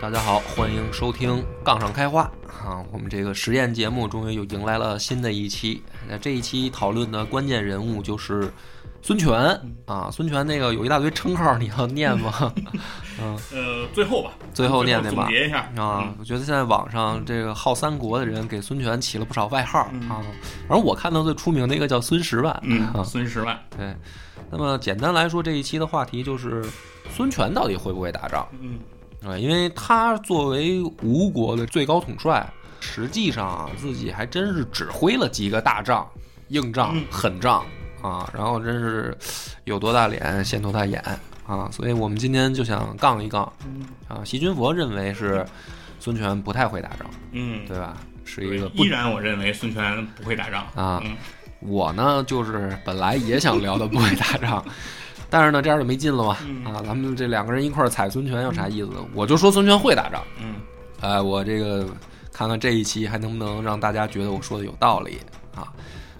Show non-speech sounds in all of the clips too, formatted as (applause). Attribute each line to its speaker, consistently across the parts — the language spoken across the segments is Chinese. Speaker 1: 大家好，欢迎收听《杠上开花》啊！我们这个实验节目终于又迎来了新的一期。那这一期讨论的关键人物就是孙权
Speaker 2: 嗯
Speaker 1: 啊！孙权那个有一大堆称号，你要念
Speaker 2: (laughs)
Speaker 1: 吗？
Speaker 2: 呃，最后吧，
Speaker 1: 最后念念吧
Speaker 2: 总结一嗯下
Speaker 1: 啊，，我觉得现在网上这个好三国的人给孙权起了不少外号啊。反正我看到最出名的一个叫孙十万
Speaker 2: 嗯，
Speaker 1: 啊
Speaker 2: 嗯，孙十万，
Speaker 1: 对，那么简单来说，这一期的话题就是孙权到底会不会打仗？
Speaker 2: 嗯，
Speaker 1: 啊，因为他作为吴国的最高统帅，实际上啊自己还真是指挥了几个大仗、硬仗
Speaker 2: 嗯、
Speaker 1: 狠仗啊，然后真是有多大脸先多大眼啊，所以我们今天就想杠一杠
Speaker 2: 嗯
Speaker 1: 啊。席军佛认为是孙权不太会打仗，
Speaker 2: 嗯，
Speaker 1: 对吧？是一个不
Speaker 2: 依然我认为孙权不会打仗，
Speaker 1: 啊
Speaker 2: 嗯，
Speaker 1: 我呢，就是本来也想聊的不会打仗，但是呢，这样就没劲了嘛。
Speaker 2: 嗯
Speaker 1: 啊，咱们这两个人一块儿踩孙权有啥意思？我就说孙权会打仗。
Speaker 2: 嗯，
Speaker 1: 哎，我这个看看这一期还能不能让大家觉得我说的有道理啊？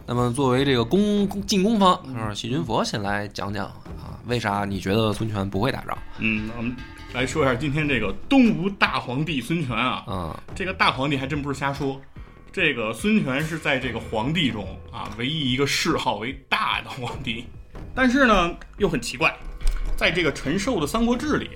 Speaker 1: 那么作为这个攻进攻方，啊，喜军佛先来讲讲啊，为啥你觉得孙权不会打仗？
Speaker 2: 嗯，我们来说一下今天这个东吴大皇帝孙权啊，
Speaker 1: 嗯
Speaker 2: 这个大皇帝还真不是瞎说。这个孙权是在这个皇帝中啊，唯一一个谥号为大的皇帝，但是呢又很奇怪，在这个陈寿的《三国志》里，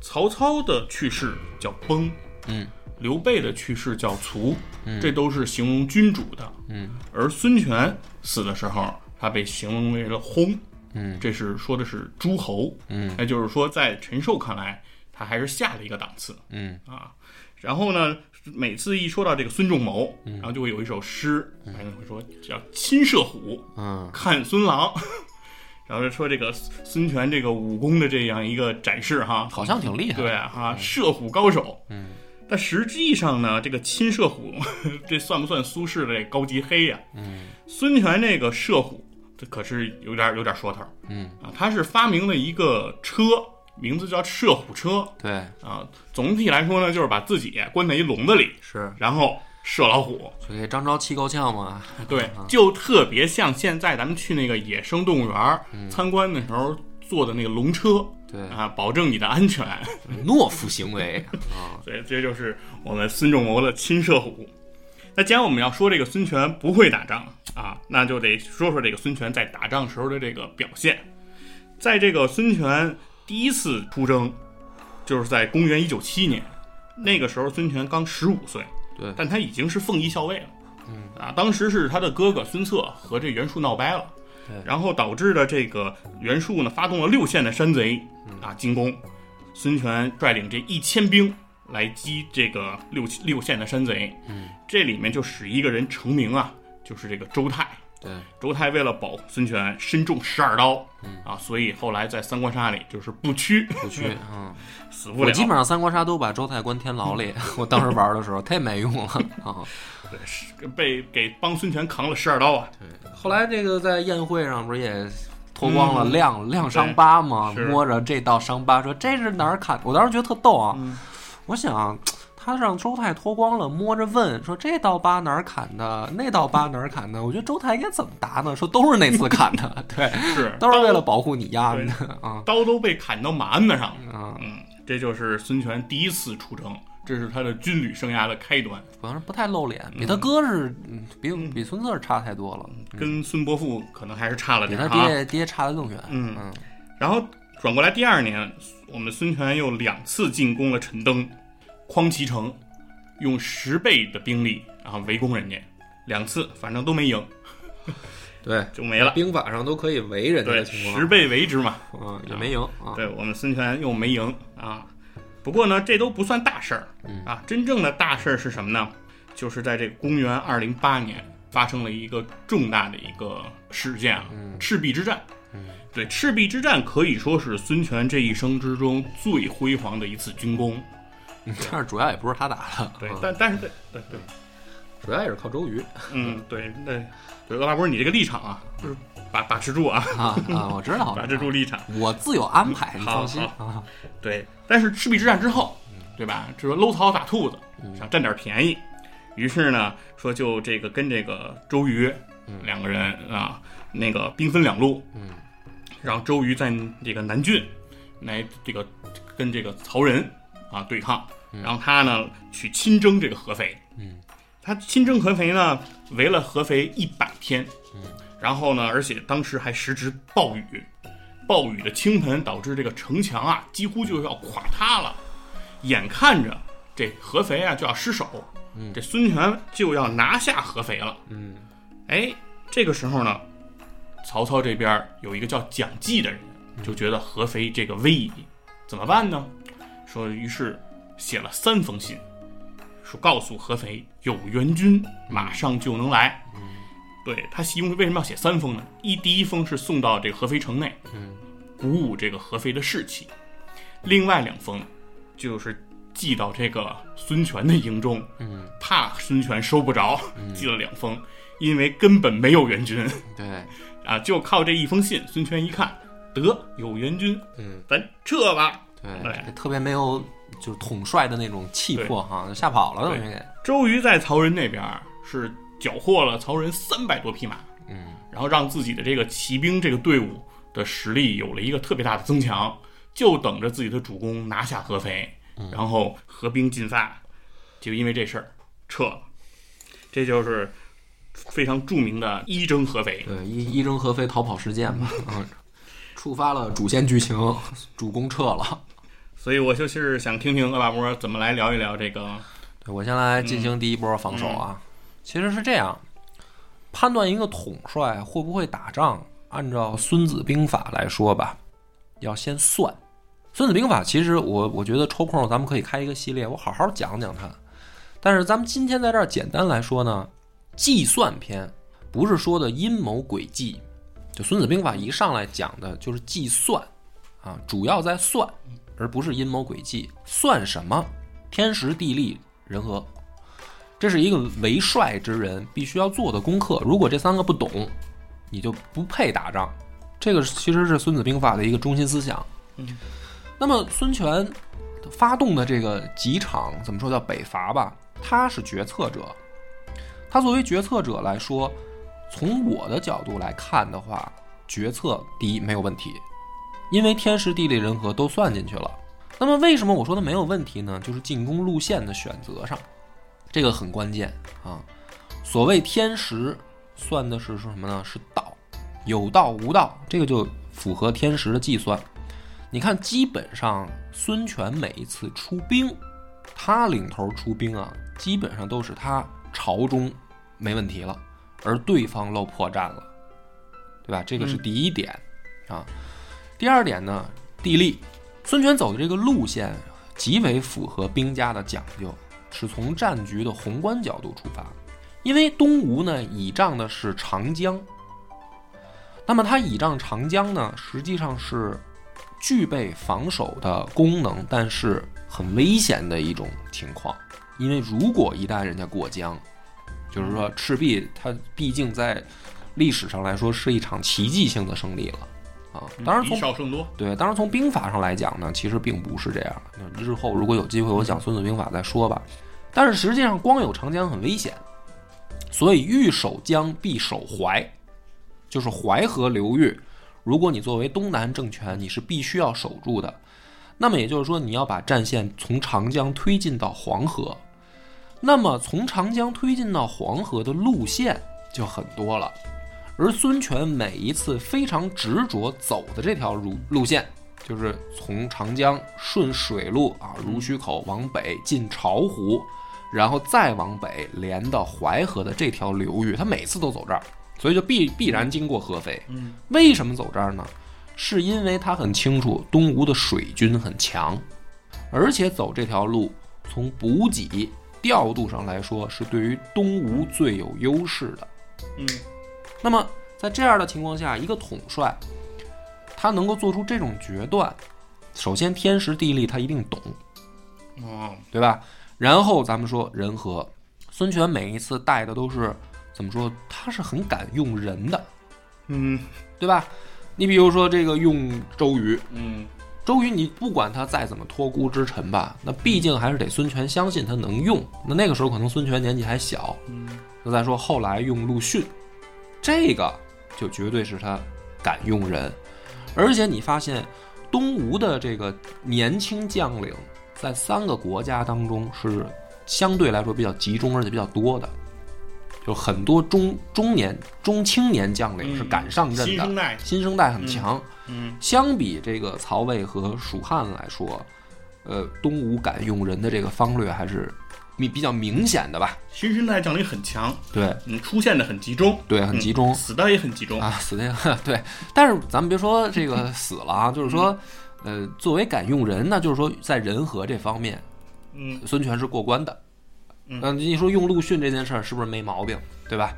Speaker 2: 曹操的去世叫崩，
Speaker 1: 嗯，
Speaker 2: 刘备的去世叫卒，
Speaker 1: 嗯
Speaker 2: 这都是形容君主的，
Speaker 1: 嗯，
Speaker 2: 而孙权死的时候，他被形容为了薨，
Speaker 1: 嗯
Speaker 2: 这是说的是诸侯，
Speaker 1: 嗯
Speaker 2: 那就是说在陈寿看来，他还是下了一个档次，
Speaker 1: 嗯
Speaker 2: 啊。然后呢，每次一说到这个孙仲谋，
Speaker 1: 嗯
Speaker 2: 然后就会有一首诗，反正会说叫“亲射虎，
Speaker 1: 嗯
Speaker 2: 看孙郎”， (laughs) 然后就说这个孙权这个武功的这样一个展示哈，
Speaker 1: 好像挺厉害的
Speaker 2: 对啊哈、射虎高手。
Speaker 1: 嗯。
Speaker 2: 但实际上呢，这个亲射虎，这算不算苏轼的高级黑呀、
Speaker 1: 嗯
Speaker 2: 孙权这个射虎，这可是有点有点说头儿
Speaker 1: 嗯，
Speaker 2: 啊！他是发明了一个车，名字叫射虎车。
Speaker 1: 对，
Speaker 2: 啊，总体来说呢，就是把自己关在一笼子里，
Speaker 1: 是，
Speaker 2: 然后射
Speaker 1: (laughs)
Speaker 2: 老虎。
Speaker 1: 所以张昭气够呛嘛。
Speaker 2: 对，
Speaker 1: 啊
Speaker 2: 就特别像现在咱们去那个野生动物园儿参观的时候坐的那个笼车
Speaker 1: 嗯 (laughs) 对，
Speaker 2: 啊，保证你的安全。
Speaker 1: 懦夫行为啊，
Speaker 2: 所以这就是我们孙仲谋的亲射虎。那既然我们要说这个孙权不会打仗啊，那就得说说这个孙权在打仗时候的这个表现。在这个孙权第一次出征，就是在公元一九七年，那个时候孙权刚十五岁，
Speaker 1: 对嗯
Speaker 2: 但他已经是凤仪校尉了。啊，当时是他的哥哥孙策和这袁术闹掰了
Speaker 1: 对，
Speaker 2: 然后导致的这个袁术呢发动了六县的山贼
Speaker 1: 嗯
Speaker 2: 啊进攻，孙权率领这一千兵来击这个六六县的山贼。
Speaker 1: 嗯，
Speaker 2: 这里面就使一个人成名啊，就是这个周泰。
Speaker 1: 对，
Speaker 2: 周泰为了保护孙权，身中十二刀，
Speaker 1: 嗯
Speaker 2: 啊，所以后来在三国杀里就是不屈，
Speaker 1: 不 (laughs) 屈嗯。
Speaker 2: 死不
Speaker 1: 我
Speaker 2: 了。
Speaker 1: 基本上三国杀都把周泰关天牢里， (laughs) 我当时玩的时候太没用了 (laughs) 啊。
Speaker 2: 对是被给帮孙权扛了十二刀啊。
Speaker 1: 后来这个在宴会上不是也脱光了
Speaker 2: 嗯
Speaker 1: 亮亮伤疤吗？
Speaker 2: 是
Speaker 1: 摸着这道伤疤说这是哪儿砍？我当时觉得特逗啊
Speaker 2: 嗯，
Speaker 1: 我想。他让周泰脱光了，摸着问说：“这道疤哪儿砍的？那道疤哪儿砍的？”我觉得周泰应该怎么答呢？说都是那次砍
Speaker 2: (laughs)
Speaker 1: 的，对，
Speaker 2: 是，
Speaker 1: 都是为了
Speaker 2: 刀
Speaker 1: 保护你丫 (laughs) 的啊
Speaker 2: 刀都被砍到马鞍子上了。
Speaker 1: 啊！
Speaker 2: 嗯，这就是孙权第一次出征，这是他的军旅生涯的开端，
Speaker 1: 反正不太露脸，比他哥是，嗯比比孙策差太多了，
Speaker 2: 跟孙伯父可能还是差了
Speaker 1: 比
Speaker 2: 点
Speaker 1: 嗯他
Speaker 2: 儿啊。
Speaker 1: 爹爹差的更远。
Speaker 2: 嗯
Speaker 1: 嗯
Speaker 2: 然后转过来第二年，我们孙权又两次进攻了陈登、匡齐城，用十倍的兵力然后围攻人家，两次反正都没赢，
Speaker 1: 对，
Speaker 2: 就没了。
Speaker 1: 兵法上都可以围人家
Speaker 2: 对，
Speaker 1: 的情
Speaker 2: 十
Speaker 1: 况，
Speaker 2: 倍为之嘛。
Speaker 1: 嗯，也没赢啊。
Speaker 2: 对我们孙权又没赢啊。不过呢，这都不算大事儿
Speaker 1: 嗯
Speaker 2: 啊。真正的大事儿是什么呢？就是在这个公元二零八年发生了一个重大的一个事件啊，
Speaker 1: 嗯
Speaker 2: 赤壁之战。对，赤壁之战可以说是孙权这一生之中最辉煌的一次军功。啊
Speaker 1: 但是主要也不是他打的，
Speaker 2: 对
Speaker 1: 嗯，
Speaker 2: 但但是对对对，
Speaker 1: 主要也是靠周瑜
Speaker 2: 嗯对，那对恶霸波，你这个立场啊，就是
Speaker 1: 嗯
Speaker 2: 把把持住啊，
Speaker 1: (laughs) 啊啊，我知道，
Speaker 2: 把持住立场。
Speaker 1: 我自有安排，你放心
Speaker 2: 好
Speaker 1: 啊。
Speaker 2: 对，但是赤壁之战之后，对吧？就说搂草打兔子，
Speaker 1: 嗯
Speaker 2: 想占点便宜，于是呢，说就这个跟这个周瑜两个人啊，那个兵分两路，
Speaker 1: 嗯，
Speaker 2: 让周瑜在这个南郡来这个跟这个曹仁啊对抗，然后他呢去亲征这个合肥，
Speaker 1: 嗯，
Speaker 2: 他亲征合肥呢，围了合肥一百天，
Speaker 1: 嗯，
Speaker 2: 然后呢，而且当时还时值暴雨，暴雨的倾盆导致这个城墙啊几乎就要垮塌了，眼看着这合肥啊就要失守，
Speaker 1: 嗯
Speaker 2: 这孙权就要拿下合肥了。
Speaker 1: 嗯
Speaker 2: 哎，这个时候呢，曹操这边有一个叫蒋济的人，就觉得合肥这个危矣，怎么办呢？说，于是写了三封信，说告诉合肥有援军马上就能来。对他一共为什么要写三封呢？一第一封是送到这个合肥城内，
Speaker 1: 嗯
Speaker 2: 鼓舞这个合肥的士气；另外两封就是寄到这个孙权的营中，
Speaker 1: 嗯，
Speaker 2: 怕孙权收不着，寄了两封，因为根本没有援军
Speaker 1: 对，
Speaker 2: 啊，就靠这一封信，孙权一看，得有援军，
Speaker 1: 嗯
Speaker 2: 咱撤吧。
Speaker 1: 对
Speaker 2: 对，
Speaker 1: 特别没有就是统帅的那种气魄哈，就吓跑了等于给。
Speaker 2: 周瑜在曹仁那边儿是缴获了曹仁三百多匹马，
Speaker 1: 嗯，
Speaker 2: 然后让自己的这个骑兵这个队伍的实力有了一个特别大的增强，就等着自己的主公拿下合肥，
Speaker 1: 嗯
Speaker 2: 然后合兵进发，就因为这事儿撤了，这就是非常著名的一征合肥。
Speaker 1: 对，一一征合肥逃跑事件吧，嗯， (laughs) 触发了主线剧情，主公撤了。
Speaker 2: 所以我就是想听听恶霸波怎么来聊一聊这个，
Speaker 1: 对我先来进行第一波防守啊，其实是这样，判断一个统帅会不会打仗，按照《孙子兵法》来说吧，要先算。《孙子兵法》其实我我觉得抽空咱们可以开一个系列，我好好讲讲它。但是咱们今天在这儿简单来说呢，计算篇不是说的阴谋诡计，就《孙子兵法》一上来讲的就是计算啊，主要在算，而不是阴谋诡计。算什么？天时地利人和，这是一个为帅之人必须要做的功课。如果这三个不懂，你就不配打仗。这个其实是《孙子兵法》的一个中心思想。
Speaker 2: 嗯，
Speaker 1: 那么孙权发动的这个几场怎么说叫北伐吧？他是决策者，他作为决策者来说，从我的角度来看的话，决策第一没有问题，因为天时地利人和都算进去了。那么为什么我说它没有问题呢？就是进攻路线的选择上，这个很关键啊。所谓天时，算的是是什么呢？是道，有道无道，这个就符合天时的计算。你看，基本上孙权每一次出兵，他领头出兵啊，基本上都是他朝中没问题了，而对方露破绽了，对吧？这个是第一点、啊。第二点呢，地利，孙权走的这个路线极为符合兵家的讲究，是从战局的宏观角度出发。因为东吴呢倚仗的是长江，那么它倚仗长江呢，实际上是具备防守的功能，但是很危险的一种情况。因为如果一旦人家过江，就是说赤壁它毕竟在历史上来说是一场奇迹性的胜利了啊。当然，
Speaker 2: 以
Speaker 1: 从
Speaker 2: 少胜多，
Speaker 1: 对，当然从兵法上来讲呢，其实并不是这样。那日后如果有机会，我讲《孙子兵法》再说吧。但是实际上，光有长江很危险，所以欲守江必守淮，就是淮河流域。如果你作为东南政权，你是必须要守住的。那么也就是说，你要把战线从长江推进到黄河。那么从长江推进到黄河的路线就很多了。而孙权每一次非常执着走的这条路路线，就是从长江顺水路啊濡须口往北进巢湖，然后再往北连到淮河的这条流域，他每次都走这儿，所以就必必然经过合肥。
Speaker 2: 嗯，
Speaker 1: 为什么走这儿呢？是因为他很清楚东吴的水军很强，而且走这条路从补给调度上来说是对于东吴最有优势的。
Speaker 2: 嗯
Speaker 1: 那么在这样的情况下，一个统帅他能够做出这种决断，首先天时地利他一定懂，
Speaker 2: 哦，
Speaker 1: 对吧？然后咱们说人和，孙权每一次带的都是怎么说？他是很敢用人的，
Speaker 2: 嗯
Speaker 1: 对吧？你比如说这个用周瑜，
Speaker 2: 嗯，
Speaker 1: 周瑜你不管他再怎么托孤之臣吧，那毕竟还是得孙权相信他能用。那那个时候可能孙权年纪还小，那再说后来用陆逊，这个就绝对是他敢用人。而且你发现东吴的这个年轻将领，在三个国家当中是相对来说比较集中，而且比较多的。就很多中中年、中青年将领是
Speaker 2: 嗯
Speaker 1: 敢上阵的，
Speaker 2: 新生代，
Speaker 1: 新生代很强。
Speaker 2: 嗯
Speaker 1: 相比这个曹魏和蜀汉来说，呃，东吴敢用人的这个方略还是比比较明显的吧？
Speaker 2: 新生代将领很强，
Speaker 1: 对
Speaker 2: 嗯，出现的很集中，
Speaker 1: 对，很集中、
Speaker 2: 死的也很集中，
Speaker 1: 哦啊，死的 (laughs) 对。但是咱们别说这个死了啊，就是说，呃，作为敢用人呢，就是说在人和这方面，
Speaker 2: 嗯
Speaker 1: 孙权是过关的。
Speaker 2: 嗯
Speaker 1: 嗯，你说用陆逊这件事儿是不是没毛病？对吧？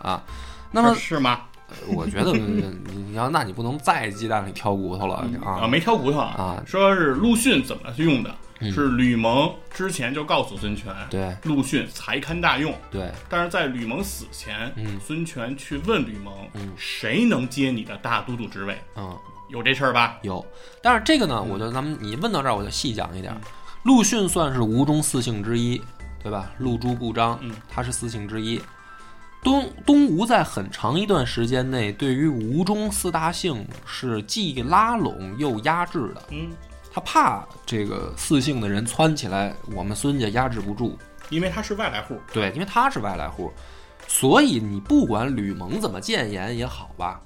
Speaker 1: 啊，那么
Speaker 2: 是吗？
Speaker 1: 我觉得嗯你你要那你不能再鸡蛋里挑骨头了
Speaker 2: 啊，
Speaker 1: 啊
Speaker 2: 没挑骨头
Speaker 1: 啊！
Speaker 2: 说是陆逊怎么用的，
Speaker 1: 嗯
Speaker 2: 是吕蒙之前就告诉孙权，
Speaker 1: 对
Speaker 2: 陆逊才堪大用，
Speaker 1: 对，
Speaker 2: 但是在吕蒙死前，
Speaker 1: 嗯
Speaker 2: 孙权去问吕蒙，
Speaker 1: 嗯
Speaker 2: 谁能接你的大都督职位？
Speaker 1: 嗯。
Speaker 2: 有这事儿吧？
Speaker 1: 有，但是这个呢，我觉得咱们你问到这儿，我就细讲一点儿。陆逊算是吴中四姓之一，对吧？陆朱顾张
Speaker 2: 嗯，
Speaker 1: 他是四姓之一。东东吴在很长一段时间内，对于吴中四大姓是既拉拢又压制的。
Speaker 2: 嗯，
Speaker 1: 他怕这个四姓的人窜起来，我们孙家压制不住。
Speaker 2: 因为他是外来户，
Speaker 1: 对，因为他是外来户，所以你不管吕蒙怎么谏言也好吧，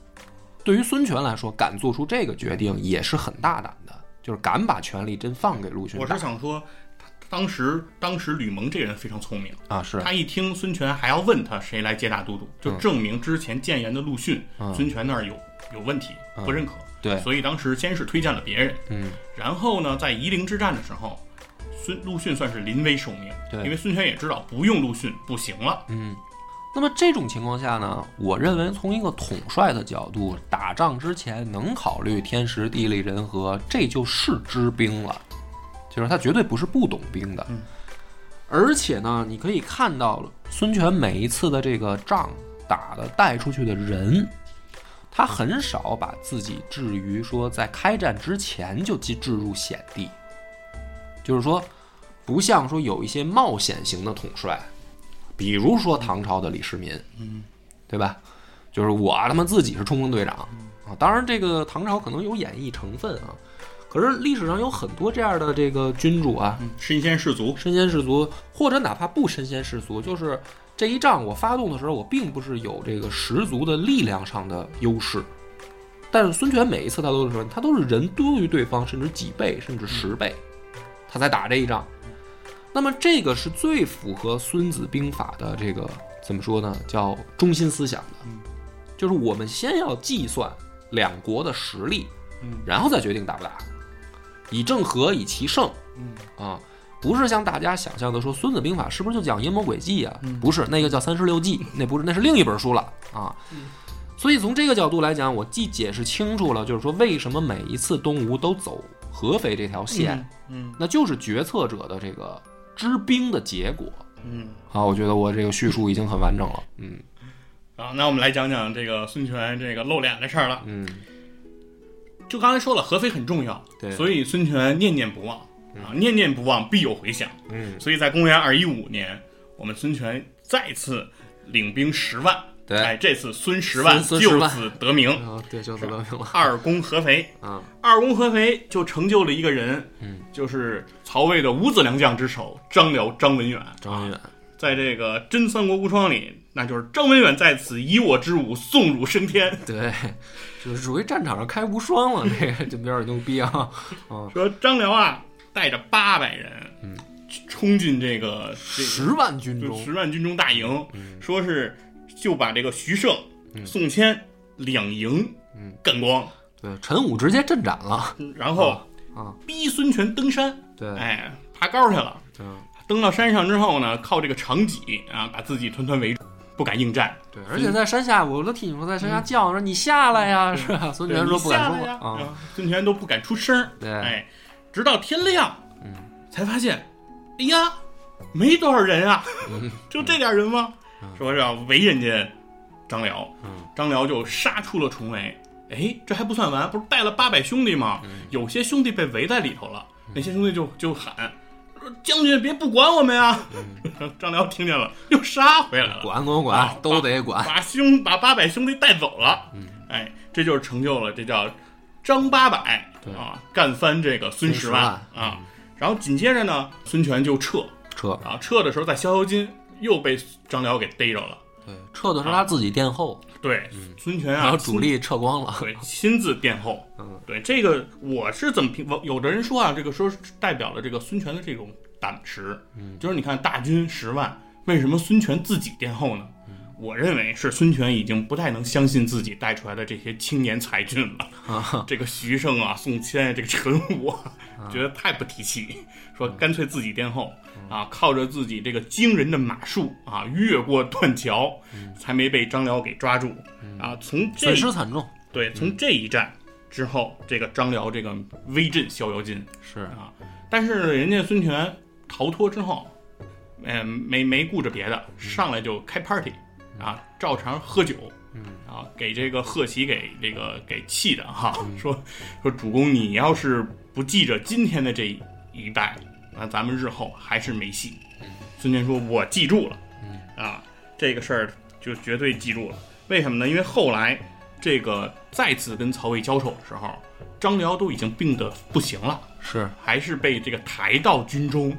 Speaker 1: 对于孙权来说，敢做出这个决定也是很大胆的，就是敢把权力真放给陆逊
Speaker 2: 我
Speaker 1: 打
Speaker 2: 是想说，他当时当时吕蒙这个人非常聪明，
Speaker 1: 啊，是
Speaker 2: 他一听孙权还要问他谁来接大都督，就
Speaker 1: 嗯
Speaker 2: 证明之前谏言的陆逊，
Speaker 1: 嗯
Speaker 2: 孙权那儿有有问题，不认可，
Speaker 1: 对，
Speaker 2: 所以当时先是推荐了别人，
Speaker 1: 嗯，
Speaker 2: 然后呢，在夷陵之战的时候，孙陆逊算是临危受命，
Speaker 1: 对
Speaker 2: 因为孙权也知道不用陆逊不行了，
Speaker 1: 嗯。那么这种情况下呢，我认为从一个统帅的角度，打仗之前能考虑天时地利人和，这就是知兵了，就是他绝对不是不懂兵的。
Speaker 2: 嗯
Speaker 1: 而且呢，你可以看到孙权每一次的这个仗打的带出去的人，他很少把自己置于说在开战之前就即置入险地，就是说，不像说有一些冒险型的统帅，比如说唐朝的李世民，嗯，对吧？就是我他妈自己是冲锋队长啊，当然这个唐朝可能有演义成分啊，可是历史上有很多这样的这个君主啊，
Speaker 2: 身先士卒，
Speaker 1: 身先士卒，或者哪怕不身先士卒，就是这一仗我发动的时候，我并不是有这个十足的力量上的优势。但是孙权每一次他都是什么？他都是人多于对方，甚至几倍，甚至十倍，他才打这一仗。那么这个是最符合《孙子兵法》的这个怎么说呢？叫中心思想的，就是我们先要计算两国的实力，然后再决定打不打，以正和，以奇胜。啊，不是像大家想象的说《孙子兵法》是不是就讲阴谋诡计啊？不是，那个叫《三十六计》，那不是，那是另一本书了啊。所以从这个角度来讲，我既解释清楚了，就是说为什么每一次东吴都走合肥这条线，
Speaker 2: 嗯
Speaker 1: 那就是决策者的这个知兵的结果。
Speaker 2: 嗯。
Speaker 1: 好，我觉得我这个叙述已经很完整了。嗯
Speaker 2: 啊，那我们来讲讲这个孙权这个露脸的事儿了。
Speaker 1: 嗯，
Speaker 2: 就刚才说了，合肥很重要，
Speaker 1: 对
Speaker 2: 所以孙权念念不忘啊，念念不忘必有回响。
Speaker 1: 嗯，
Speaker 2: 所以在公元二一五年，我们孙权再次领兵十万，
Speaker 1: 对
Speaker 2: 哎，这次孙十万
Speaker 1: 孙孙十
Speaker 2: 就
Speaker 1: 万
Speaker 2: 此得名，
Speaker 1: 啊，对，就此得名了。
Speaker 2: 二攻合肥。
Speaker 1: 啊，
Speaker 2: 二攻合肥就成就了一个人，
Speaker 1: 嗯，
Speaker 2: 就是曹魏的五子良将之首张辽张文远。
Speaker 1: 张远，
Speaker 2: 在这个《真三国无双》里，那就是张文远在此以我之武送汝升天。
Speaker 1: 对，就是属于战场上开无双了，这个就有点牛逼啊。啊，
Speaker 2: 说张辽啊，带着八百人，嗯，冲进这个
Speaker 1: 十万军
Speaker 2: 这个
Speaker 1: 中，嗯
Speaker 2: 十万军中大营，说是就把这个徐盛、宋谦两营
Speaker 1: 嗯
Speaker 2: 干光，
Speaker 1: 对，陈武直接镇斩了。
Speaker 2: 然后
Speaker 1: 啊
Speaker 2: 逼孙权登山，
Speaker 1: 对，
Speaker 2: 哎，爬高去了。
Speaker 1: 嗯，
Speaker 2: 登到山上之后呢，靠这个长戟啊，把自己团团围住，不敢应战。
Speaker 1: 对，而且在山下，我都替你们在山下叫，说你下来呀，是吧？孙权说
Speaker 2: 嗯对
Speaker 1: 啊
Speaker 2: 你
Speaker 1: 不
Speaker 2: 下
Speaker 1: 敢说
Speaker 2: 来呀，嗯
Speaker 1: 啊，
Speaker 2: 啊孙权都不敢出声儿。
Speaker 1: 对
Speaker 2: 哎，直到天亮，嗯，才发现，哎呀，没多少人啊，就这点人吗？说是要啊围人家张辽，张辽就杀出了重围。哎，这还不算完，不是带了八百兄弟吗？有些兄弟被围在里头了，那些兄弟就就喊说：“将军别不管我们呀！” (laughs) 张辽听见了，又杀回来了。
Speaker 1: 管管
Speaker 2: 啊
Speaker 1: 管，都得管。
Speaker 2: 把兄把八百兄弟带走了。哎，这就是成就了这叫张八百啊，干翻这个孙十万
Speaker 1: 孙十
Speaker 2: 啊。然后紧接着呢，孙权就撤
Speaker 1: 撤，
Speaker 2: 啊，撤的时候在逍遥津又被张辽给逮着了。
Speaker 1: 对，撤的是
Speaker 2: 啊
Speaker 1: 他自己殿后，
Speaker 2: 对，孙权
Speaker 1: 然
Speaker 2: 啊，
Speaker 1: 后主力撤光了。
Speaker 2: 对，亲自殿后。
Speaker 1: 嗯，
Speaker 2: 对，这个我是怎么评？有的人说啊，这个说是代表了这个孙权的这种胆识。嗯，就是你看大军十万，为什么孙权自己殿后呢？我认为是孙权已经不太能相信自己带出来的这些青年才俊了。这个徐盛啊、宋谦啊、这个陈武啊，嗯觉得太不提气，说干脆自己殿后啊，靠着自己这个惊人的马术啊，越过断桥，才没被张辽给抓住啊。从这
Speaker 1: 损失惨重，
Speaker 2: 对，从这一战之后，这个张辽这个威震逍遥津
Speaker 1: 是
Speaker 2: 啊，但是人家孙权逃脱之后，嗯、没没顾着别的，上来就开 party 啊，照常喝酒，嗯啊，给这个贺喜给这个给气的哈、说说主公，你要是不记着今天的这一拜，那咱们日后还是没戏。孙权说：“我记住了，啊，这个事儿就绝对记住了。为什么呢？因为后来这个再次跟曹魏交手的时候，张辽都已经病得不行了，
Speaker 1: 是。
Speaker 2: 还是被这个抬到军中。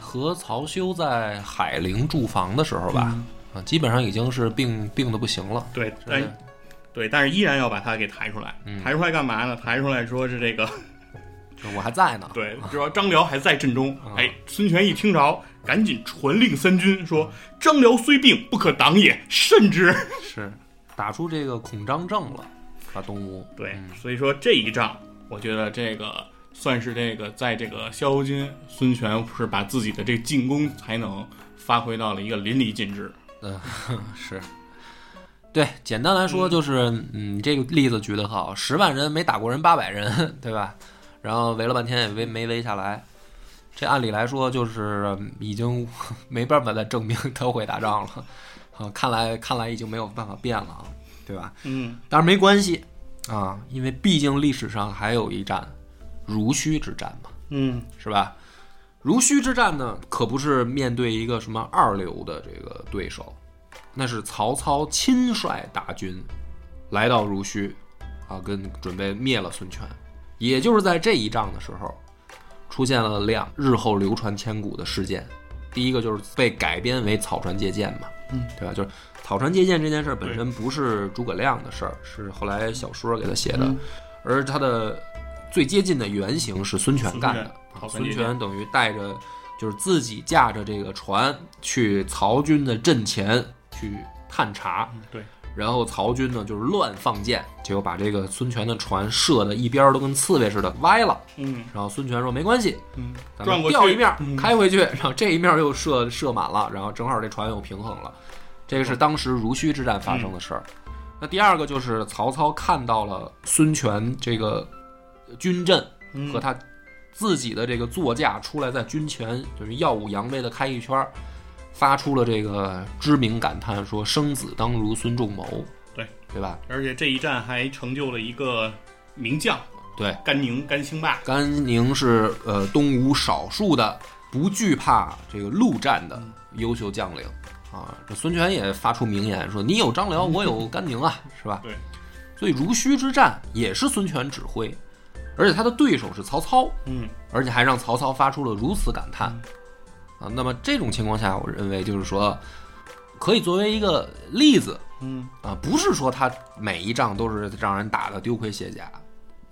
Speaker 1: 和曹休在海陵驻防的时候吧，
Speaker 2: 嗯
Speaker 1: 啊，基本上已经是病病的不行了。
Speaker 2: 对，
Speaker 1: 是嗯
Speaker 2: 但
Speaker 1: 的
Speaker 2: 对，但是依然要把他给抬出来。抬出来干嘛呢？抬出来说是
Speaker 1: (laughs)
Speaker 2: 这个，，
Speaker 1: 我还在呢
Speaker 2: 对，主要张辽还在阵中。
Speaker 1: 啊
Speaker 2: 哎，孙权一听着，赶紧传令三军说：张辽虽病，不可挡也，慎之。
Speaker 1: 是打出这个孔张症了，把东吴
Speaker 2: 对，所以说这一仗，我觉得这个算是这个在这个逍遥津，孙权是把自己的这个进攻才能发挥到了一个淋漓尽致。
Speaker 1: 是。对，简单来说就是，嗯，这个例子举得好，十万人没打过人八百人， (laughs) 对吧？然后围了半天也围没围下来，这按理来说就是嗯已经 (laughs) 没办法再证明他会打仗了，啊，看来看来已经没有办法变了啊，对吧？
Speaker 2: 嗯，
Speaker 1: 但是没关系啊，因为毕竟历史上还有一战，濡须之战嘛，
Speaker 2: 嗯，
Speaker 1: 是吧？濡须之战呢，可不是面对一个什么二流的这个对手，那是曹操亲率大军来到濡须，啊，跟准备灭了孙权。也就是在这一仗的时候，出现了两日后流传千古的事件。第一个就是被改编为草船借箭嘛，嗯，对吧？就是草船借箭这件事本身不是诸葛亮的事儿，是后来小说给他写的，而他的最接近的原型是孙权干的。啊
Speaker 2: 孙权草船
Speaker 1: 孙
Speaker 2: 借箭
Speaker 1: 权等于带着就是自己驾着这个船去曹军的阵前去探查，
Speaker 2: 对，
Speaker 1: 然后曹军呢就是乱放箭，结果把这个孙权的船射的一边儿都跟刺猬似的歪了。
Speaker 2: 嗯
Speaker 1: 然后孙权说没关系，
Speaker 2: 嗯，
Speaker 1: 咱
Speaker 2: 转
Speaker 1: 们
Speaker 2: 过去
Speaker 1: 调一面儿
Speaker 2: 嗯
Speaker 1: 开回去，然后这一面儿又射射满了，然后正好这船又平衡了。这个
Speaker 2: 哦
Speaker 1: 是当时濡须之战发生的事儿。那第二个就是曹操看到了孙权这个军阵
Speaker 2: 嗯
Speaker 1: 和他自己的这个座驾出来，在军前就是耀武扬威的开一圈儿，发出了这个知名感叹说：“生子当如孙仲谋。”
Speaker 2: 对
Speaker 1: 对吧？
Speaker 2: 而且这一战还成就了一个名将
Speaker 1: 对，
Speaker 2: 甘宁、甘兴霸。
Speaker 1: 甘宁是呃东吴少数的不惧怕这个陆战的
Speaker 2: 嗯
Speaker 1: 优秀将领啊。这孙权也发出名言说：“你有张辽，我有甘宁啊，是吧？”
Speaker 2: 对。
Speaker 1: 所以濡须之战也是孙权指挥，而且他的对手是曹操，
Speaker 2: 嗯，
Speaker 1: 而且还让曹操发出了如此感叹啊。那么这种情况下，我认为就是说，可以作为一个例子，
Speaker 2: 嗯
Speaker 1: 啊，不是说他每一仗都是让人打的丢盔卸甲，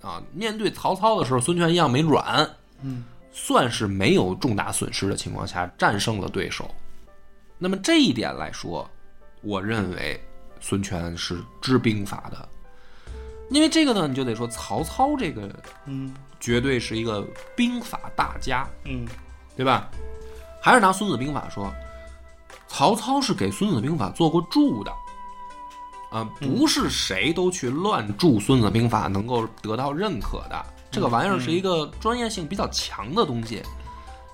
Speaker 1: 啊，面对曹操的时候，孙权一样没软，
Speaker 2: 嗯，
Speaker 1: 算是没有重大损失的情况下战胜了对手。那么这一点来说，我认为孙权是知兵法的，因为这个呢，你就得说曹操这个
Speaker 2: 嗯
Speaker 1: 绝对是一个兵法大家，
Speaker 2: 嗯
Speaker 1: 对吧？还是拿《孙子兵法》说，曹操是给《孙子兵法》做过注的，啊，不是谁都去乱注《孙子兵法》能够得到认可的。这个玩意儿是一个专业性比较强的东西，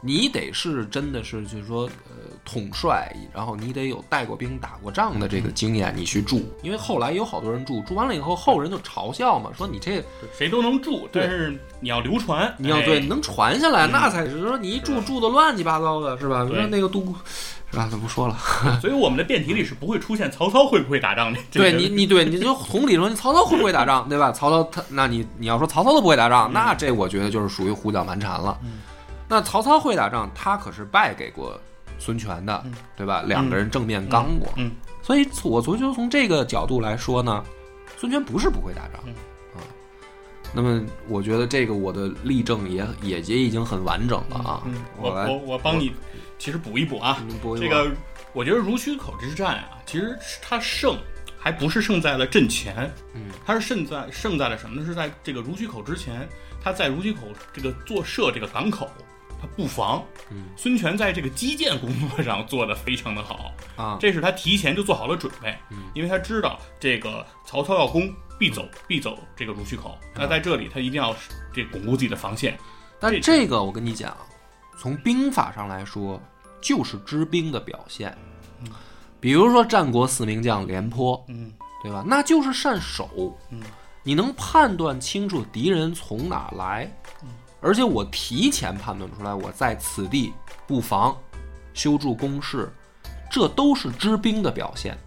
Speaker 1: 你得是真的是就是说，呃，统帅，然后你得有带过兵、打过仗的这个经验，你去住。因为后来有好多人住，住完了以后，后人就嘲笑嘛，说你这
Speaker 2: 谁都能住，
Speaker 1: 对
Speaker 2: 但是你要流传，
Speaker 1: 你要
Speaker 2: 哎
Speaker 1: 对能传下来，
Speaker 2: 嗯
Speaker 1: 那才是说你一住住的乱七八糟的，是吧？
Speaker 2: 对
Speaker 1: 说那个都，是吧？就不说了。
Speaker 2: (laughs) 所以我们的辩题里是不会出现曹操会不会打仗的。这个
Speaker 1: 对你，你对你就同理说，你曹操会不会打仗，对吧？曹操他，那你你要说曹操都不会打仗，
Speaker 2: 嗯
Speaker 1: 那这我觉得就是属于胡搅蛮缠了
Speaker 2: 嗯。
Speaker 1: 那曹操会打仗，他可是败给过孙权的
Speaker 2: 嗯，
Speaker 1: 对吧？两个人正面刚过
Speaker 2: 嗯嗯，
Speaker 1: 所以我足球从这个角度来说呢，孙权不是不会打仗
Speaker 2: 嗯
Speaker 1: 啊。那么我觉得这个我的例证也也也已经很完整了啊
Speaker 2: 嗯。我
Speaker 1: 我来
Speaker 2: 我我帮你，其实补一补啊，
Speaker 1: 您播一
Speaker 2: 这
Speaker 1: 播
Speaker 2: 个我觉得濡须口之战啊，其实它胜还不是胜在了阵前，
Speaker 1: 嗯，
Speaker 2: 它是胜在胜在了什么呢？是在这个濡须口之前，他在濡须口这个做设这个港口，他布防，
Speaker 1: 嗯，
Speaker 2: 孙权在这个基建工作上做得非常的好，
Speaker 1: 啊，
Speaker 2: 这是他提前就做好了准备，
Speaker 1: 嗯
Speaker 2: 因为他知道这个曹操要攻，必走必走这个濡须口，
Speaker 1: 嗯
Speaker 2: 那在这里他一定要这巩固自己的防线，
Speaker 1: 但
Speaker 2: 这
Speaker 1: 这个我跟你讲，从兵法上来说，就是知兵的表现
Speaker 2: 嗯。
Speaker 1: 比如说战国四名将廉颇，
Speaker 2: 嗯
Speaker 1: 对吧？那就是善守，
Speaker 2: 嗯
Speaker 1: 你能判断清楚敌人从哪儿来，
Speaker 2: 嗯
Speaker 1: 而且我提前判断出来，我在此地布防、修筑工事，这都是知兵的表现，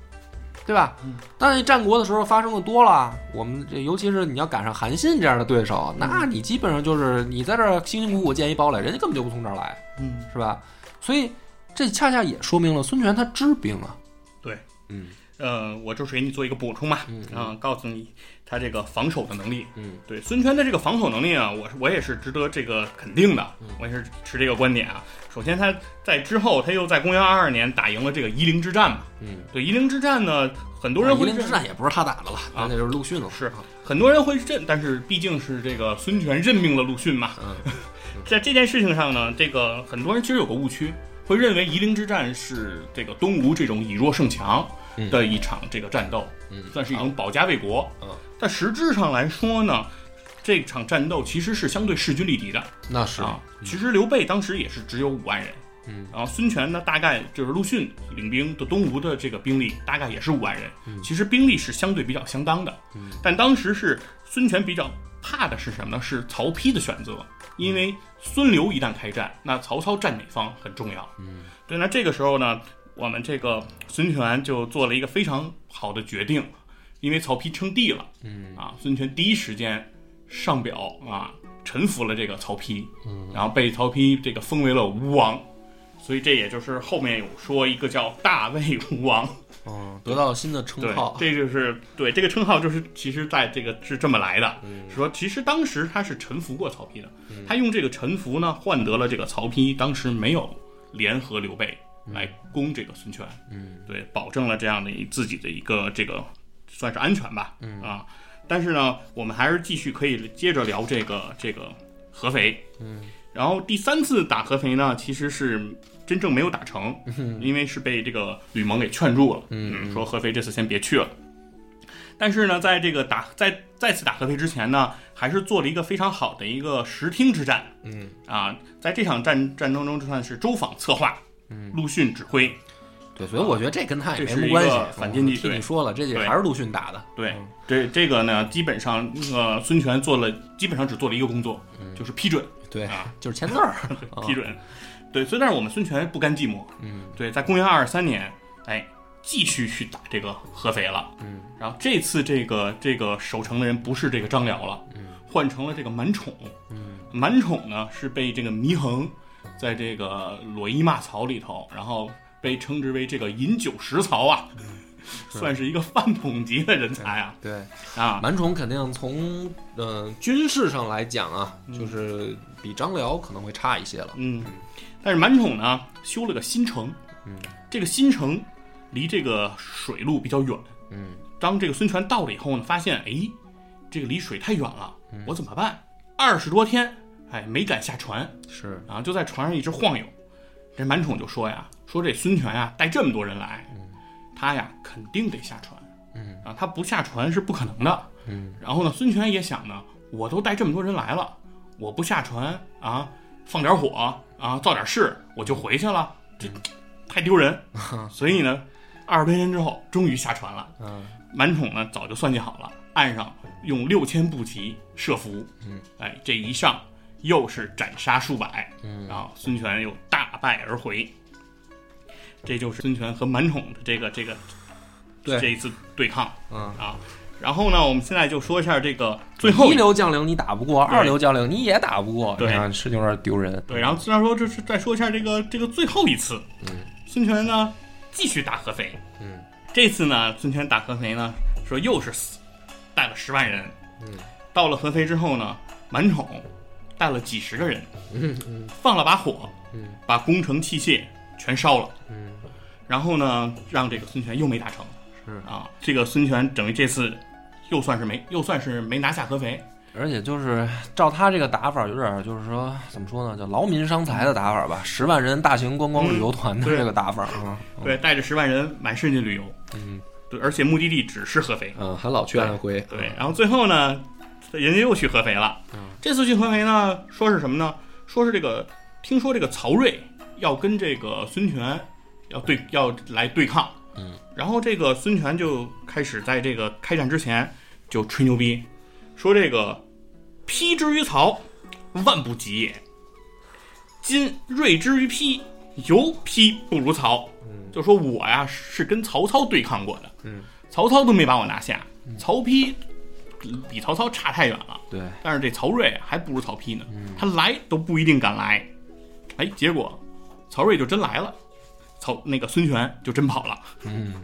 Speaker 1: 对吧？
Speaker 2: 嗯
Speaker 1: 但是战国的时候发生的多了，我们这尤其是你要赶上韩信这样的对手，
Speaker 2: 嗯
Speaker 1: 那你基本上就是你在这儿辛辛苦苦建一堡垒，人家根本就不从这儿来，
Speaker 2: 嗯，
Speaker 1: 是吧？所以这恰恰也说明了孙权他知兵啊，
Speaker 2: 对。
Speaker 1: 嗯
Speaker 2: 呃，我就是给你做一个补充嘛，
Speaker 1: 嗯嗯
Speaker 2: 啊、告诉你他这个防守的能力。
Speaker 1: 嗯
Speaker 2: 对孙权的这个防守能力啊，我是我也是值得这个肯定的，
Speaker 1: 嗯
Speaker 2: 我也是持这个观点啊。首先他在之后，他又在公元二二年打赢了这个夷陵之战嘛。
Speaker 1: 嗯。啊
Speaker 2: 对夷陵之战呢，很多人
Speaker 1: 夷
Speaker 2: 会
Speaker 1: 陵之
Speaker 2: 认、
Speaker 1: 战也不是他打的了，
Speaker 2: 啊
Speaker 1: 那就是陆逊了。
Speaker 2: 是很多人会认，但是毕竟是这个孙权任命了陆逊嘛，
Speaker 1: 嗯，
Speaker 2: (laughs) 在这件事情上呢，这个很多人其实有个误区，会认为夷陵之战是这个东吴这种以弱胜强的一场这个战斗，
Speaker 1: 嗯
Speaker 2: 算是一种保家卫国。
Speaker 1: 嗯
Speaker 2: 但实质上来说呢，这场战斗其实是相对势均力敌的
Speaker 1: 那是
Speaker 2: 啊。其实刘备当时也是只有五万人，
Speaker 1: 嗯，
Speaker 2: 然后孙权呢，大概就是陆逊领兵的东吴的这个兵力大概也是五万人，其实兵力是相对比较相当的。
Speaker 1: 嗯
Speaker 2: 但当时是孙权比较怕的是什么呢？是曹丕的选
Speaker 1: 嗯
Speaker 2: 择，因为孙刘一旦开战，那曹操站哪方很重要。
Speaker 1: 嗯，
Speaker 2: 对，那这个时候呢，我们这个孙权就做了一个非常好的决定，因为曹丕称帝了，
Speaker 1: 嗯
Speaker 2: 啊，孙权第一时间上表啊，臣服了这个曹丕，嗯，然后被曹丕这个封为了吴王。所以这也就是后面有说一个叫大魏吴王，
Speaker 1: 嗯，得到了新的
Speaker 2: 对
Speaker 1: 称，号。
Speaker 2: 这就是对这个称号，就是其实在这个是这么来的，是说其实当时他是臣服过曹丕的，他用这个臣服呢换得了这个曹丕当时没有联合刘备来攻这个孙权，
Speaker 1: 嗯，
Speaker 2: 对，保证了这样的一自己的一个这个算是安全吧，嗯啊，但是呢，我们还是继续可以接着聊这个这个合肥，嗯，然后第三次打合肥呢，其实是真正没有打成，因为是被这个吕蒙给劝住了，嗯，说合肥这次先别去了。但是呢，在这个打在再次打合肥之前呢，还是做了一个非常好的一个石厅之战。
Speaker 1: 嗯
Speaker 2: 啊，在这场战战争中，就算是周访策划，嗯，陆逊指挥，
Speaker 1: 对，所以我觉得这跟他也没
Speaker 2: 这
Speaker 1: 什
Speaker 2: 是
Speaker 1: 么
Speaker 2: 一
Speaker 1: 关
Speaker 2: 个
Speaker 1: 系。
Speaker 2: 反间计
Speaker 1: 我听
Speaker 2: 对
Speaker 1: 你说了，这也
Speaker 2: 对啊
Speaker 1: 还是陆逊打的。
Speaker 2: 对，这这个呢，基本上呃，孙权做了，基本上只做了一个工作，就是批准，
Speaker 1: 对
Speaker 2: 啊，
Speaker 1: 就是签字
Speaker 2: (laughs)
Speaker 1: 儿。
Speaker 2: 批准。对，所以但是我们孙权不甘寂寞，
Speaker 1: 嗯，
Speaker 2: 对，在公元二三年，哎，继续去打这个合肥了，
Speaker 1: 嗯，
Speaker 2: 然后这次这个这个守城的人不是这个张辽了，嗯，换成了这个满宠，嗯，满宠呢是被这个祢衡在这个裸衣骂曹里头，然后被称之为这个饮酒食曹啊， (laughs) 算是一个饭桶级的人才啊
Speaker 1: 对，
Speaker 2: 啊，
Speaker 1: 满宠肯定从呃军事上来讲啊，就是比张辽可能会差一些了。
Speaker 2: 嗯，但是满宠呢修了个新城，
Speaker 1: 嗯，
Speaker 2: 这个新城离这个水路比较远，
Speaker 1: 嗯
Speaker 2: 当这个孙权到了以后呢，发现哎，这个离水太远了，
Speaker 1: 嗯
Speaker 2: 我怎么办？二十多天，哎，没敢下船，
Speaker 1: 是，
Speaker 2: 啊，就在船上一直晃悠。这满宠就说呀，说这孙权呀带这么多人来，他呀肯定得下船，
Speaker 1: 嗯
Speaker 2: 啊，他不下船是不可能的。
Speaker 1: 嗯，
Speaker 2: 然后呢，孙权也想呢，我都带这么多人来了，我不下船啊，放点火，啊，造点事我就回去了，
Speaker 1: 嗯
Speaker 2: 这太
Speaker 1: (laughs)
Speaker 2: 丢人。所以呢，二十多天之后，终于下船了。
Speaker 1: 嗯，
Speaker 2: 满宠呢早就算计好了，岸上用六千步骑设伏，
Speaker 1: 嗯，
Speaker 2: 哎，这一上又是斩杀数百，嗯，然后孙权又大败而回。这就是孙权和满宠的这个这个
Speaker 1: 对
Speaker 2: 这一次对抗
Speaker 1: 嗯
Speaker 2: 啊。然后呢，我们现在就说一下这个最后
Speaker 1: 一
Speaker 2: 一
Speaker 1: 流将领你打不过，
Speaker 2: 对
Speaker 1: 二流将领你也打不过，
Speaker 2: 对
Speaker 1: 啊，是有点丢人。
Speaker 2: 对，然后虽然说这是再说一下这个这个最后一次，嗯，孙权呢继续打合肥，
Speaker 1: 嗯，
Speaker 2: 这次呢孙权打合肥呢说又是死带了十万人，嗯，到了合肥之后呢，满宠带了几十个人，
Speaker 1: 嗯嗯
Speaker 2: 放了把火，
Speaker 1: 嗯，
Speaker 2: 把工程器械全烧了，
Speaker 1: 嗯，
Speaker 2: 然后呢让这个孙权又没打成，
Speaker 1: 是
Speaker 2: 啊，这个孙权等于这次又算是没又算是没拿下合肥，
Speaker 1: 而且就是照他这个打法，有点儿就是说怎么说呢，叫劳民伤财的打法吧，十万人大型观光旅游团的
Speaker 2: 嗯对
Speaker 1: 这个打法啊。
Speaker 2: 对，带着十万人满世界旅游，
Speaker 1: 嗯，
Speaker 2: 对，而且目的地只是合肥。
Speaker 1: 嗯，还老去安徽，
Speaker 2: 对，然后最后呢，人家又去合肥了。
Speaker 1: 嗯
Speaker 2: 这次去合肥呢，说是什么呢？说是这个，听说这个曹睿要跟这个孙权要对要来对抗。
Speaker 1: 嗯，
Speaker 2: 然后这个孙权就开始在这个开战之前就吹牛逼，说这个披之于曹，万不及也；今锐之于披，犹披不如曹。就说我呀是跟曹操对抗过的，
Speaker 1: 嗯，
Speaker 2: 曹操都没把我拿下，曹丕比比曹操差太远了。
Speaker 1: 对，
Speaker 2: 但是这曹睿还不如曹丕呢，
Speaker 1: 嗯
Speaker 2: 他来都不一定敢来。哎，结果曹睿就真来了，曹那个孙权就真跑了。
Speaker 1: 嗯，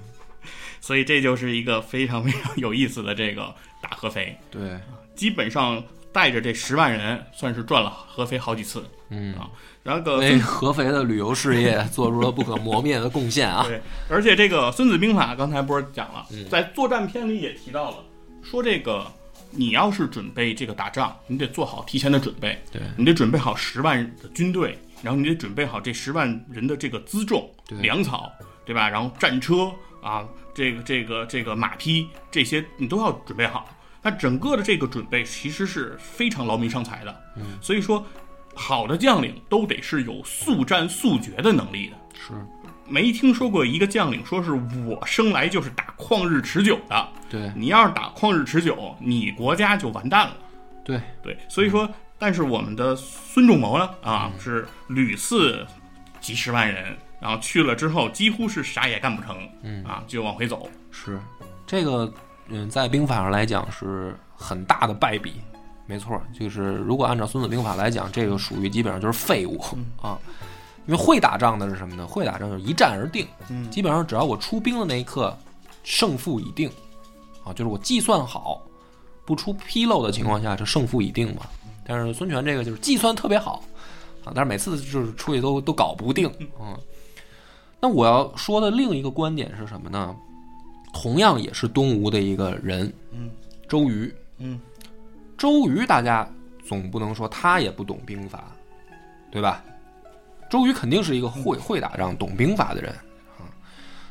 Speaker 2: 所以这就是一个非常非常有意思的这个打合肥，
Speaker 1: 对，
Speaker 2: 基本上带着这十万人，算是转了合肥好几次。啊
Speaker 1: 嗯，
Speaker 2: 然后个
Speaker 1: 为合肥的旅游事业做出了不可磨灭的贡献啊。嗯
Speaker 2: 对，而且这个《孙子兵法》刚才不是讲了，在作战篇里也提到了，说这个你要是准备这个打仗，你得做好提前的准备，
Speaker 1: 对
Speaker 2: 你得准备好十万的军队，然后你得准备好这十万人的这个辎重、
Speaker 1: 对
Speaker 2: 粮草，对吧？然后战车啊，这个这个这个马匹这些你都要准备好。那整个的这个准备其实是非常劳民伤财的，嗯，所以说，好的将领都得是有速战速决的能力的，
Speaker 1: 是，
Speaker 2: 没听说过一个将领说是我生来就是打旷日持久的。
Speaker 1: 对
Speaker 2: 你要是打旷日持久，你国家就完蛋了。
Speaker 1: 对，
Speaker 2: 对，所以说，但是我们的孙仲谋呢，啊，
Speaker 1: 嗯
Speaker 2: 是屡次几十万人，然后去了之后几乎是啥也干不成，
Speaker 1: 嗯
Speaker 2: 啊，就往回走。
Speaker 1: 是这个，嗯，在兵法上来讲是很大的败笔，没错，就是如果按照《孙子兵法》来讲，这个属于基本上就是废物啊。因为会打仗的是什么呢？会打仗就是一战而定，
Speaker 2: 嗯
Speaker 1: 基本上只要我出兵的那一刻，胜负已定，啊，就是我计算好，不出纰漏的情况下，这胜负已定嘛。但是孙权这个就是计算特别好，啊，但是每次就是出去都都搞不定，嗯。那我要说的另一个观点是什么呢？同样也是东吴的一个人，
Speaker 2: 嗯，
Speaker 1: 周瑜，
Speaker 2: 嗯，
Speaker 1: 周瑜，大家总不能说他也不懂兵法，对吧？周瑜肯定是一个会
Speaker 2: 嗯
Speaker 1: 会打仗、懂兵法的人啊。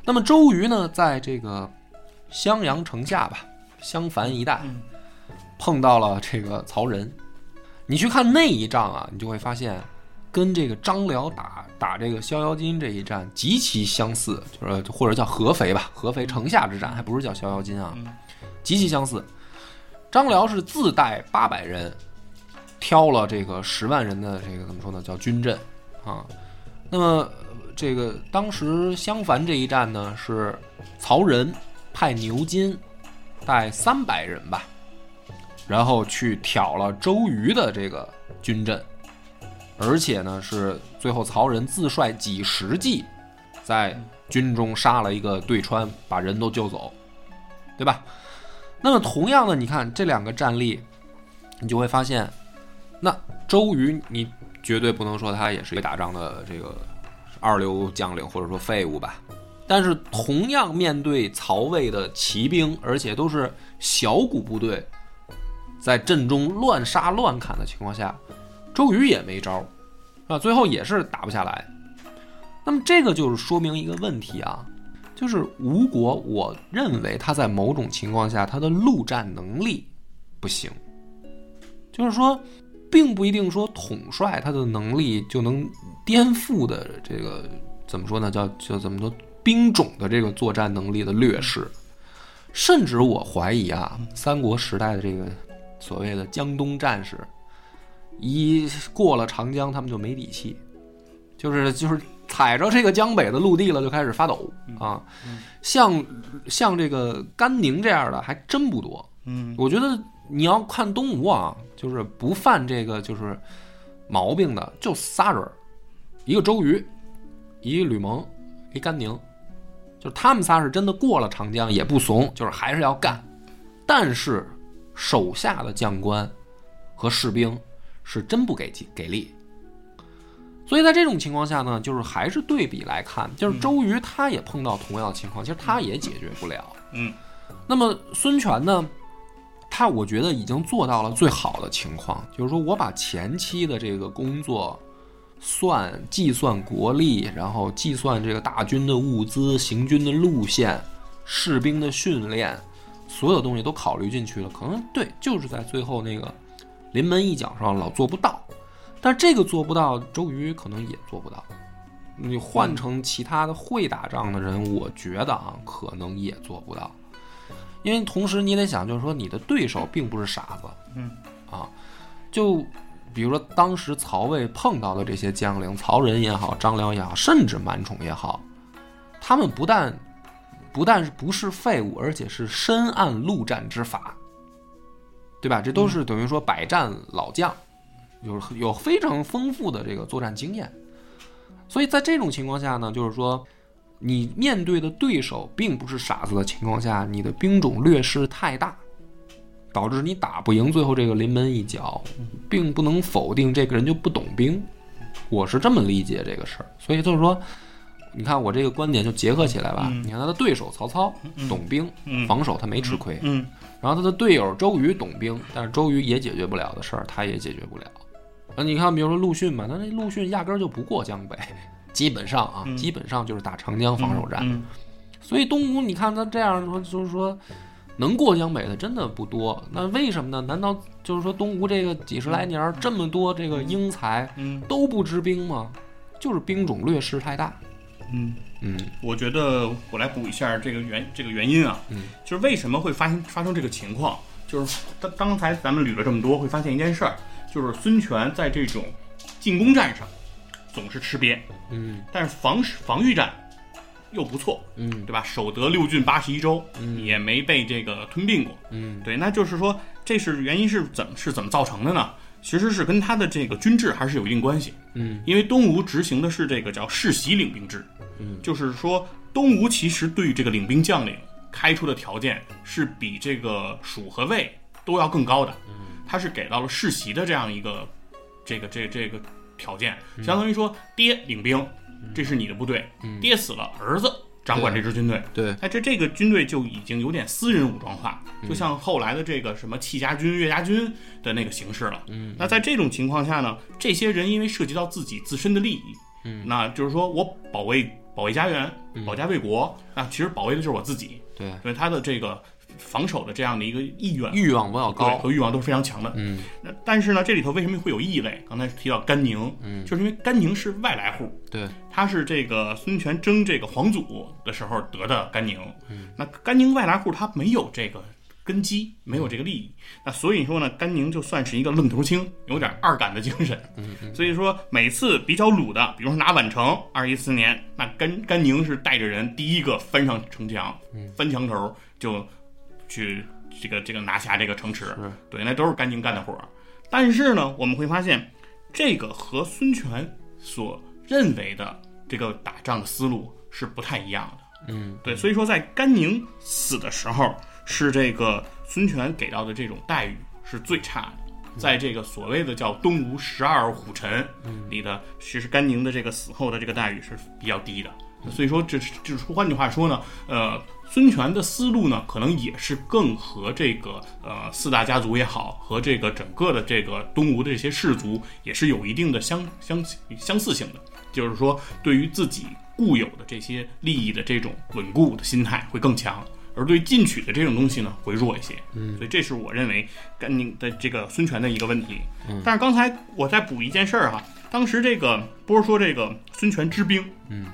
Speaker 1: 那么周瑜呢，在这个襄阳城下吧，襄樊一带
Speaker 2: 嗯，
Speaker 1: 碰到了这个曹仁。你去看那一仗啊，你就会发现，跟这个张辽打打这个逍遥津这一战极其相似，就是或者叫合肥吧，合肥城下之战，还不是叫逍遥津啊
Speaker 2: 嗯，
Speaker 1: 极其相似。张辽是自带八百人，挑了这个十万人的这个怎么说呢，叫军阵啊。那么呃这个当时襄樊这一战呢，是曹仁派牛金带三百人吧，然后去挑了周瑜的这个军阵，而且呢是最后曹仁自率几十骑，在军中杀了一个对川，把人都救走，对吧？那么同样的，你看这两个战例，你就会发现，那周瑜你绝对不能说他也是一个打仗的这个二流将领或者说废物吧。但是同样面对曹魏的骑兵，而且都是小股部队，在阵中乱杀乱砍的情况下，周瑜也没招儿，啊，最后也是打不下来。那么这个就是说明一个问题啊，就是吴国，我认为他在某种情况下他的陆战能力不行，就是说并不一定说统帅他的能力就能颠覆的这个怎么说呢？叫叫怎么说兵种的这个作战能力的劣势，甚至我怀疑啊，三国时代的这个所谓的江东战士，一过了长江，他们就没底气，就是就是踩着这个江北的陆地了，就开始发抖啊。像像这个甘宁这样的还真不多。
Speaker 2: 嗯
Speaker 1: 我觉得你要看东吴啊，就是不犯这个就是毛病的，就仨人儿，一个周瑜，一个吕蒙，一甘宁，就是他们仨是真的过了长江也不怂，就是还是要干。但是手下的将官和士兵是真不给劲给力。所以在这种情况下呢，就是还是对比来看，就是周瑜他也碰到同样的情况，其实他也解决不了。
Speaker 2: 嗯，
Speaker 1: 那么孙权呢，他我觉得已经做到了最好的情况，就是说我把前期的这个工作算计算国力，然后计算这个大军的物资、行军的路线、士兵的训练，所有东西都考虑进去了。可能对，就是在最后那个临门一脚上老做不到，但这个做不到，周瑜可能也做不到。你换成其他的会打仗的人，我觉得啊，可能也做不到。因为同时你得想，就是说你的对手并不是傻子，
Speaker 2: 嗯，
Speaker 1: 啊，就比如说当时曹魏碰到的这些将领，曹仁也好，张辽也好，甚至满宠也好，他们不但不但是不是废物，而且是深谙陆战之法，对吧？这都
Speaker 2: 嗯
Speaker 1: 是等于说百战老将，有有非常丰富的这个作战经验，所以在这种情况下呢，就是说。你面对的对手并不是傻子的情况下，你的兵种劣势太大，导致你打不赢最后这个临门一脚，并不能否定这个人就不懂兵。我是这么理解这个事儿，所以就是说，你看我这个观点就结合起来吧。你看他的对手曹操懂兵，
Speaker 2: 嗯
Speaker 1: 防守他没吃亏，
Speaker 2: 嗯
Speaker 1: 然后他的队友周瑜懂兵，但是周瑜也解决不了的事儿，他也解决不了。那你看，比如说陆逊吧，那那陆逊压根儿就不过江北， (laughs) 基本上啊，
Speaker 2: 嗯
Speaker 1: 基本上就是打长江防守战。
Speaker 2: 嗯
Speaker 1: 所以东吴，你看他这样说，就是说能过江北的真的不多。那为什么呢？难道就是说东吴这个几十来年儿这么多这个英才
Speaker 2: 嗯
Speaker 1: 都不知兵吗？就是兵种劣势太大。
Speaker 2: 嗯，
Speaker 1: 嗯
Speaker 2: 我觉得我来补一下这个原这个原因啊，
Speaker 1: 嗯，
Speaker 2: 就是为什么会发生发生这个情况，就是刚刚才咱们捋了这么多，会发现一件事儿，就是孙权在这种进攻战上总是吃瘪，
Speaker 1: 嗯
Speaker 2: 但是防防御战又不错，
Speaker 1: 嗯
Speaker 2: 对吧？守得六郡八十一州，也没被这个吞并过。
Speaker 1: 嗯
Speaker 2: 对，那就是说，这是原因是怎么是怎么造成的呢？其实是跟他的这个军制还是有一定关系。
Speaker 1: 嗯，
Speaker 2: 因为东吴执行的是这个叫世袭领兵制，
Speaker 1: 嗯，
Speaker 2: 就是说东吴其实对于这个领兵将领开出的条件是比这个蜀和魏都要更高的，嗯，他是给到了世袭的这样一个这个这这个条件，
Speaker 1: 嗯
Speaker 2: 相当于说爹领兵，这是你的部队，爹死了，儿子掌管这支军队，
Speaker 1: 对，嗯
Speaker 2: 哎，这这个军队就已经有点私人武装化，就像后来的这个什么戚家军、岳家军的那个形式了。嗯，那在这种情况下呢，这些人因为涉及到自己自身的利益，嗯，那就是说我保卫保卫家园、保家卫国，那其实保卫的就是我自
Speaker 1: 嗯
Speaker 2: 己，
Speaker 1: 对，
Speaker 2: 所以他的这个防守的这样的一个意愿
Speaker 1: 欲望不要
Speaker 2: 对
Speaker 1: 高。
Speaker 2: 和欲望都是非常强的。
Speaker 1: 嗯
Speaker 2: 那但是呢，这里头为什么会有异类？刚才提到甘宁，嗯，就是因为甘宁是外来户，
Speaker 1: 对，
Speaker 2: 他是这个孙权征这个皇祖的时候得的甘宁。那甘宁外来户他没有这个根基，没有这个利益，那所以说呢，甘宁就算是一个愣头青，有点二杆的精神。所以说每次比较鲁的，比如说拿宛城，二一四年，那甘甘宁是带着人第一个翻上城墙，翻墙头就去这个这个拿下这个城池。对，那都是甘宁干的活儿。但是呢，我们会发现，这个和孙权所认为的这个打仗的思路是不太一样的。
Speaker 1: 嗯，
Speaker 2: 对，所以说在甘宁死的时候，是这个孙权给到的这种待遇是最差的。在这个所谓的叫“东吴十二虎臣”里的，其实甘宁的这个死后的这个待遇是比较低的。所以说，这是就是换句话说呢，呃，孙权的思路呢，可能也是更和这个呃四大家族也好，和这个整个的这个东吴的这些氏族也是有一定的相相相似性的，就是说对于自己固有的这些利益的这种稳固的心态会更强，而而对进取的这种东西呢会弱一些。
Speaker 1: 嗯
Speaker 2: 所以这是我认为跟你的这个孙权的一个问题。但是刚才我再补一件事儿哈，当时这个波说这个孙权之兵，
Speaker 1: 嗯，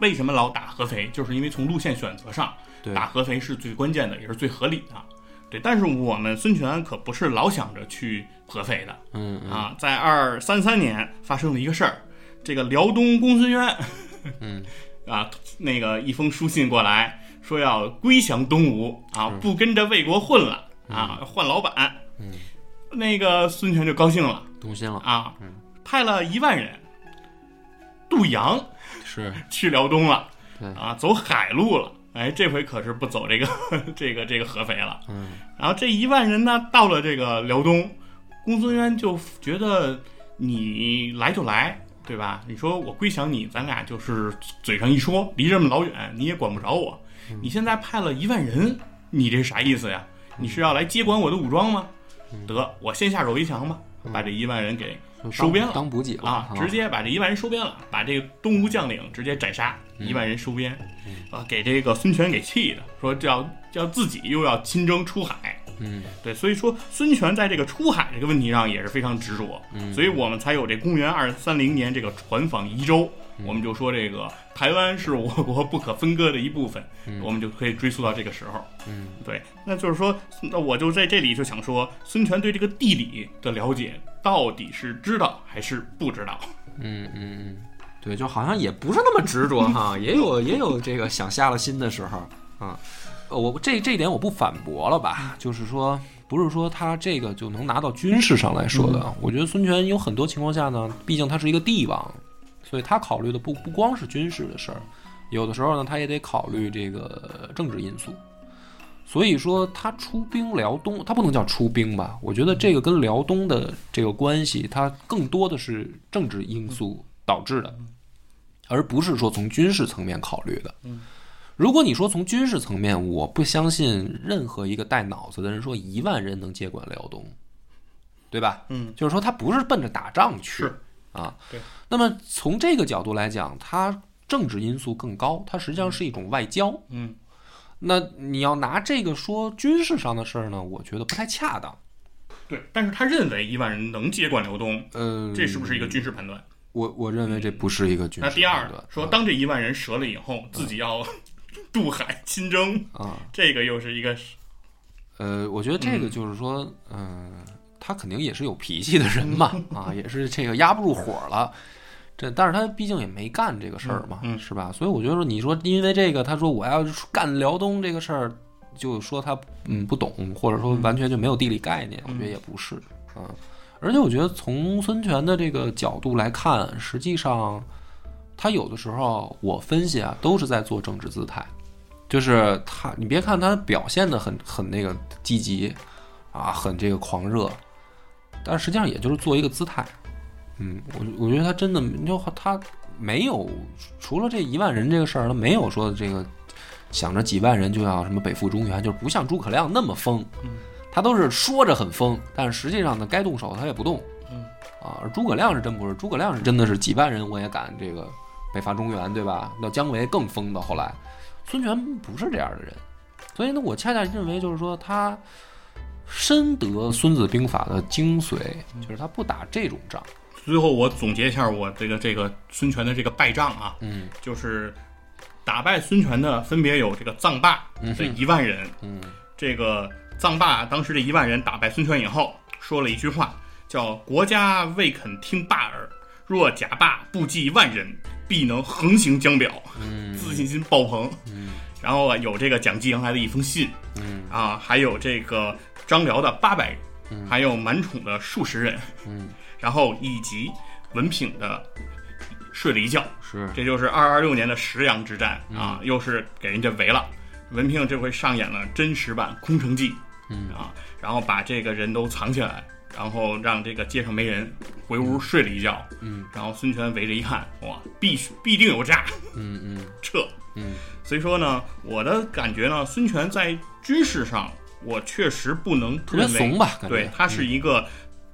Speaker 2: 为什么老打合肥？就是因为从路线选择上，
Speaker 1: 对
Speaker 2: 打合肥是最关键的，也是最合理的。对，但是我们孙权可不是老想着去合肥的，
Speaker 1: 嗯嗯
Speaker 2: 啊，在二三三年发生了一个事儿，这个辽东公孙渊，
Speaker 1: 嗯，
Speaker 2: (laughs) 啊，那个一封书信过来说要归降东吴啊，不跟着魏国混了啊，换老板，
Speaker 1: 嗯，
Speaker 2: 那个孙权就高兴了
Speaker 1: 动心了，
Speaker 2: 啊
Speaker 1: 嗯，
Speaker 2: 派了一万人，渡阳
Speaker 1: 是
Speaker 2: (laughs) 去辽东了
Speaker 1: 对，
Speaker 2: 啊，走海路了。哎，这回可是不走这个 (laughs) 这个这个合肥了。
Speaker 1: 嗯，
Speaker 2: 然后这一万人呢，到了这个辽东，公孙渊就觉得你来就来，对吧？你说我归降你，咱俩就是嘴上一说，离这么老远你也管不着我。
Speaker 1: 嗯
Speaker 2: 你现在派了一万人，你这啥意思呀？你是要来接管我的武装吗？
Speaker 1: 嗯
Speaker 2: 得，我先下手为强吧，把这一万人给
Speaker 1: 当
Speaker 2: 收编了
Speaker 1: 当补给了
Speaker 2: 啊，直接把这一万人收编了，把这个东吴将领直接斩杀，
Speaker 1: 嗯
Speaker 2: 一万人收编，啊，给这个孙权给气的，说这要要自己又要亲征出海，
Speaker 1: 嗯，
Speaker 2: 对，所以说孙权在这个出海这个问题上也是非常执着，
Speaker 1: 嗯
Speaker 2: 所以我们才有这公元二三零年这个船访夷州。
Speaker 1: 嗯
Speaker 2: 我们就说这个台湾是我国不可分割的一部分，我们就可以追溯到这个时候。
Speaker 1: 嗯，
Speaker 2: 对，那就是说，那我就在这里就想说，孙权对这个地理的了解到底是知道还是不知道？
Speaker 1: 嗯嗯嗯，对，就好像也不是那么执着哈，也有也有这个想下了心的时候啊。呃我这这一点我不反驳了吧，就是说不是说他这个就能拿到军事上来说的。我觉得孙权有很多情况下呢，毕竟他是一个帝王，所以他考虑的不不光是军事的事儿，有的时候呢他也得考虑这个政治因素。所以说他出兵辽东，他不能叫出兵吧？我觉得这个跟辽东的这个关系，它更多的是政治因素
Speaker 2: 嗯
Speaker 1: 导致的，而不是说从军事层面考虑的。
Speaker 2: 嗯
Speaker 1: 如果你说从军事层面，我不相信任何一个带脑子的人说一万人能接管辽东，对吧？
Speaker 2: 嗯，
Speaker 1: 就是说他不是奔着打仗去
Speaker 2: 是
Speaker 1: 啊。
Speaker 2: 对。
Speaker 1: 那么从这个角度来讲，它政治因素更高，它实际上是一种外交。
Speaker 2: 嗯，
Speaker 1: 那你要拿这个说军事上的事儿呢，我觉得不太恰当。
Speaker 2: 对，但是他认为一万人能接管辽东，
Speaker 1: 呃，
Speaker 2: 这是不是一个军事判断？
Speaker 1: 我我认为这不是一个军
Speaker 2: 那
Speaker 1: 事
Speaker 2: 第二
Speaker 1: 判断，嗯啊
Speaker 2: 说当这一万人折了以后，自己要 (laughs) 渡海亲征，
Speaker 1: 啊，
Speaker 2: 这个又是一个
Speaker 1: 呃，我觉得这个就是说，嗯、他肯定也是有脾气的人
Speaker 2: (laughs)
Speaker 1: 嘛，啊，也是这个压不住火了。这，但是他毕竟也没干这个事儿嘛，
Speaker 2: 嗯嗯
Speaker 1: 是吧？所以我觉得说，你说因为这个，他说我要干辽东这个事儿，就说他嗯不懂，或者说完全就没有地理概念，我
Speaker 2: 嗯
Speaker 1: 觉得也不是啊。而且我觉得从孙权的这个角度来看，实际上他有的时候我分析啊，都是在做政治姿态。就是他，你别看他表现的很很那个积极，啊，很这个狂热，但实际上也就是做一个姿态。嗯，我我觉得他真的，你就他没有除了这一万人这个事儿，他没有说这个想着几万人就要什么北赴中原，就是不像诸葛亮那么疯
Speaker 2: 嗯，
Speaker 1: 他都是说着很疯，但是实际上呢，该动手他也不动
Speaker 2: 嗯。
Speaker 1: 啊，而诸葛亮是真不是，诸葛亮是真的是几万人我也敢这个北伐中原，对吧？那姜维更疯到后来，孙权不是这样的人，所以呢，我恰恰认为就是说他深得《孙子兵法》的精髓，就是他不打这种仗。
Speaker 2: 最后我总结一下我这个这个孙权的这个败仗啊，
Speaker 1: 嗯
Speaker 2: 就是打败孙权的分别有这个臧霸
Speaker 1: 嗯
Speaker 2: 这
Speaker 1: 哼
Speaker 2: 一万人，
Speaker 1: 嗯
Speaker 2: 这个臧霸当时这一万人打败孙权以后，说了一句话，叫“国家未肯听霸耳，若假霸不计万人，必能横行江表”，
Speaker 1: 嗯
Speaker 2: (laughs) 自信心爆棚。然后啊，有这个蒋济阳来的一封信，
Speaker 1: 嗯
Speaker 2: 啊，还有这个张辽的八百人，
Speaker 1: 嗯
Speaker 2: 还有满宠的数十人，
Speaker 1: 嗯，
Speaker 2: 然后以及文聘的睡了一觉，
Speaker 1: 是
Speaker 2: 这就是二二六年的石阳之战
Speaker 1: 嗯
Speaker 2: 啊，又是给人家围了。文聘这回上演了真实版《空城计》，
Speaker 1: 嗯
Speaker 2: 啊，然后把这个人都藏起来，然后让这个街上没人，回屋睡了一觉，
Speaker 1: 嗯，
Speaker 2: 然后孙权围着一看，哇，必须必定有诈，
Speaker 1: 嗯嗯
Speaker 2: (laughs) 撤。
Speaker 1: 嗯，
Speaker 2: 所以说呢，我的感觉呢，孙权在军事上，我确实不能
Speaker 1: 特别
Speaker 2: 认为
Speaker 1: 怂吧？感
Speaker 2: 对
Speaker 1: 觉
Speaker 2: 他是一个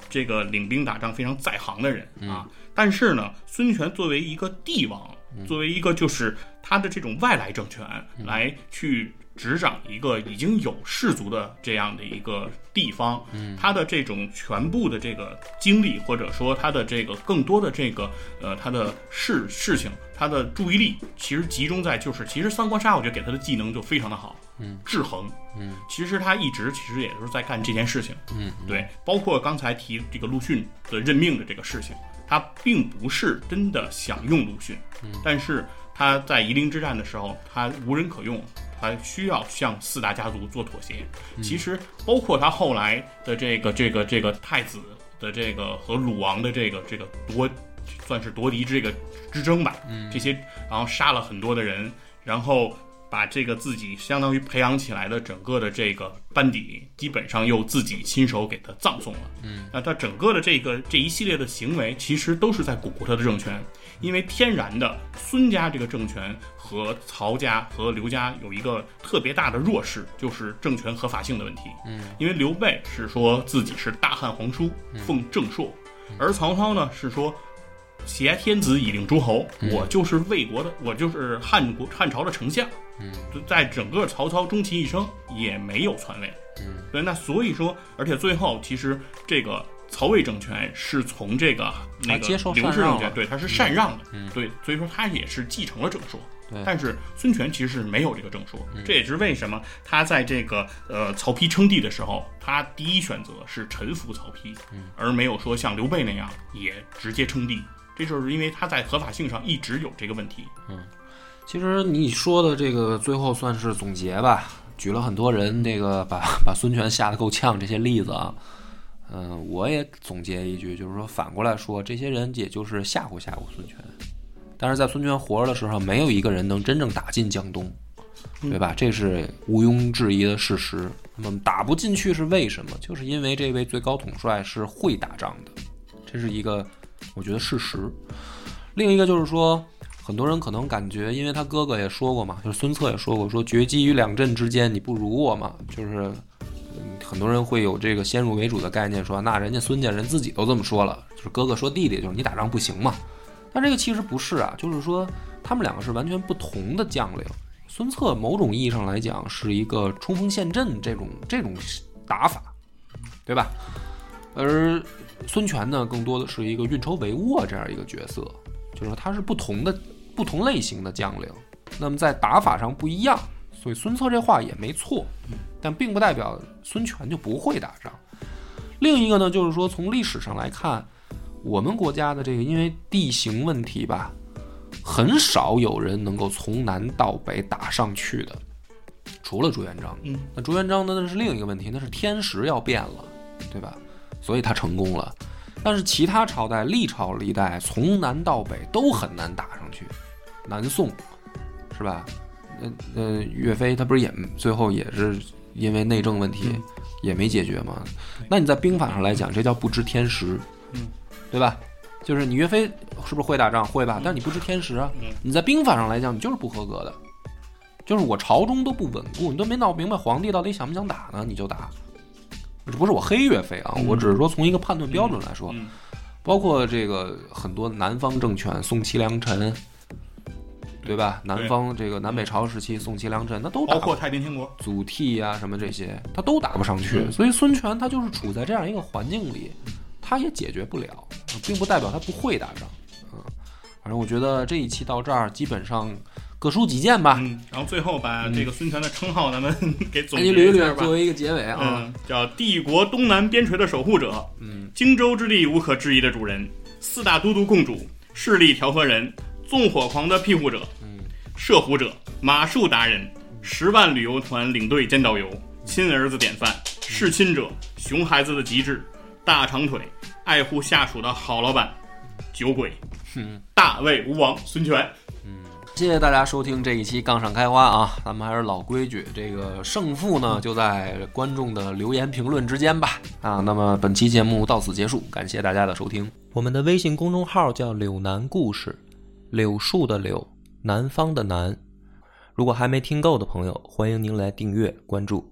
Speaker 2: 这个领兵打仗非常在行的人啊。但是呢，孙权作为嗯一个帝王，作为一个就是他的这种外来政权来去执掌一个已经有氏族的这样的一个地方，嗯，他的这种全部的这个精力，或者说他的这个更多的这个呃他的事事情，他的注意力其实集中在就是，其实三国杀我觉得给他的技能就非常的好，嗯，制衡，嗯，其实他一直其实也就是在干这件事情，嗯，对，包括刚才提这个陆逊的任命的这个事情，他并不是真的想用陆逊，但是他在夷陵之战的时候，他无人可用，他需要向四大家族做妥协。其实包括他后来的这个这个这个太子的这个和鲁王的这个这个夺，算是夺嫡这个之争吧。这些然后杀了很多的人，然后。把这个自己相当于培养起来的整个的这个班底，基本上又自己亲手给他葬送了。嗯，那他整个的这个这一系列的行为，其实都是在巩固他的政权，因为天然的孙家这个政权和曹家和刘家有一个特别大的弱势，就是政权合法性的问题。嗯，因为刘备是说自己是大汉皇叔，奉正朔，而曹操呢是说挟天子以令诸侯，
Speaker 1: 嗯
Speaker 2: 我就是魏国的，我就是汉国汉朝的丞相。
Speaker 1: 嗯，
Speaker 2: 就在整个曹操终其一生也没有篡位。
Speaker 1: 嗯，
Speaker 2: 对，那所以说，而且最后其实这个曹魏政权是从这个那个
Speaker 1: 接受
Speaker 2: 刘氏
Speaker 1: 禅让
Speaker 2: 政权，
Speaker 1: 了
Speaker 2: 对，他是禅让的，
Speaker 1: 嗯
Speaker 2: 对，所以说他也是继承了正朔。
Speaker 1: 对嗯
Speaker 2: 但是孙权其实是没有这个正朔，这也是为什么他在这个呃曹丕称帝的时候，他第一选择是臣服曹丕，而没有说像刘备那样也直接称帝。这就是因为他在合法性上一直有这个问题。
Speaker 1: 其实你说的这个最后算是总结吧，举了很多人这个把把孙权吓得够呛这些例子啊。嗯、我也总结一句，就是说反过来说，这些人也就是吓唬吓唬孙权，但是在孙权活着的时候，没有一个人能真正打进江东，对吧？这是毋庸置疑的事实。那么打不进去是为什么？就是因为这位最高统帅是会打仗的，这是一个我觉得事实。另一个就是说，很多人可能感觉，因为他哥哥也说过嘛，就是孙策也说过，说决击于两阵之间，你不如我嘛，就是。嗯很多人会有这个先入为主的概念说，那人家孙家人自己都这么说了，就是哥哥说弟弟，就是你打仗不行嘛。但这个其实不是啊，就是说他们两个是完全不同的将领。孙策某种意义上来讲是一个冲锋陷阵这种这种打法，对吧？而孙权呢，更多的是一个运筹帷幄这样一个角色，就是说他是不同的不同类型的将领，那么在打法上不一样，所以孙策这话也没错，但并不代表孙权就不会打仗。另一个呢，就是说从历史上来看，我们国家的这个因为地形问题吧，很少有人能够从南到北打上去的，除了朱元璋。
Speaker 2: 嗯，
Speaker 1: 那朱元璋呢，那是另一个问题，那是天时要变了，对吧？所以他成功了。但是其他朝代，历朝历代从南到北都很难打上去。南宋是吧？呃呃，岳飞他不是也最后也是因为内政问题
Speaker 2: 嗯
Speaker 1: 也没解决吗？那你在兵法上来讲，这叫不知天时，
Speaker 2: 嗯，
Speaker 1: 对吧？就是你岳飞是不是会打仗？会吧，但是你不知天时啊
Speaker 2: 嗯。
Speaker 1: 你在兵法上来讲，你就是不合格的，就是我朝中都不稳固，你都没闹明白皇帝到底想不想打呢，你就打。这不是我黑岳飞啊，
Speaker 2: 嗯
Speaker 1: 我只是说从一个判断标准来说，
Speaker 2: 嗯
Speaker 1: 包括这个很多南方政权，宋齐梁陈，对吧？南方这个南北朝时期，宋齐梁陈那都打
Speaker 2: 包括太平天国，
Speaker 1: 祖逖啊什么这些，
Speaker 2: 嗯
Speaker 1: 他都打不上去。所以孙权他就是处在这样一个环境里，
Speaker 2: 嗯
Speaker 1: 他也解决不了，并不代表他不会打仗。嗯，反正我觉得这一期到这儿基本上各抒己见吧，
Speaker 2: 嗯，然后最后把这个孙权的称号咱们 (laughs) 给总
Speaker 1: 哎，
Speaker 2: 结
Speaker 1: 你捋一
Speaker 2: 一下
Speaker 1: 捋
Speaker 2: 吧
Speaker 1: 作。为一个结尾啊。
Speaker 2: 嗯，叫帝国东南边陲的守护者，
Speaker 1: 嗯，
Speaker 2: 荆州之地无可置疑的主人，四大都督共主，势力调和人，纵火狂的庇护者，
Speaker 1: 嗯，
Speaker 2: 射虎者，马术达人，十万旅游团领队兼导游，亲儿子典范，弑亲者，熊孩子的极致，大长腿，爱护下属的好老板，酒鬼，
Speaker 1: 嗯
Speaker 2: 大魏吴王孙权。
Speaker 1: 谢谢大家收听这一期《杠上开花》啊，咱们还是老规矩，这个胜负
Speaker 2: 嗯
Speaker 1: 呢就在观众的留言评论之间吧啊。那么本期节目到此结束，感谢大家的收听。我们的微信公众号叫“柳南故事”，柳树的柳，南方的南。如果还没听够的朋友，欢迎您来订阅关注。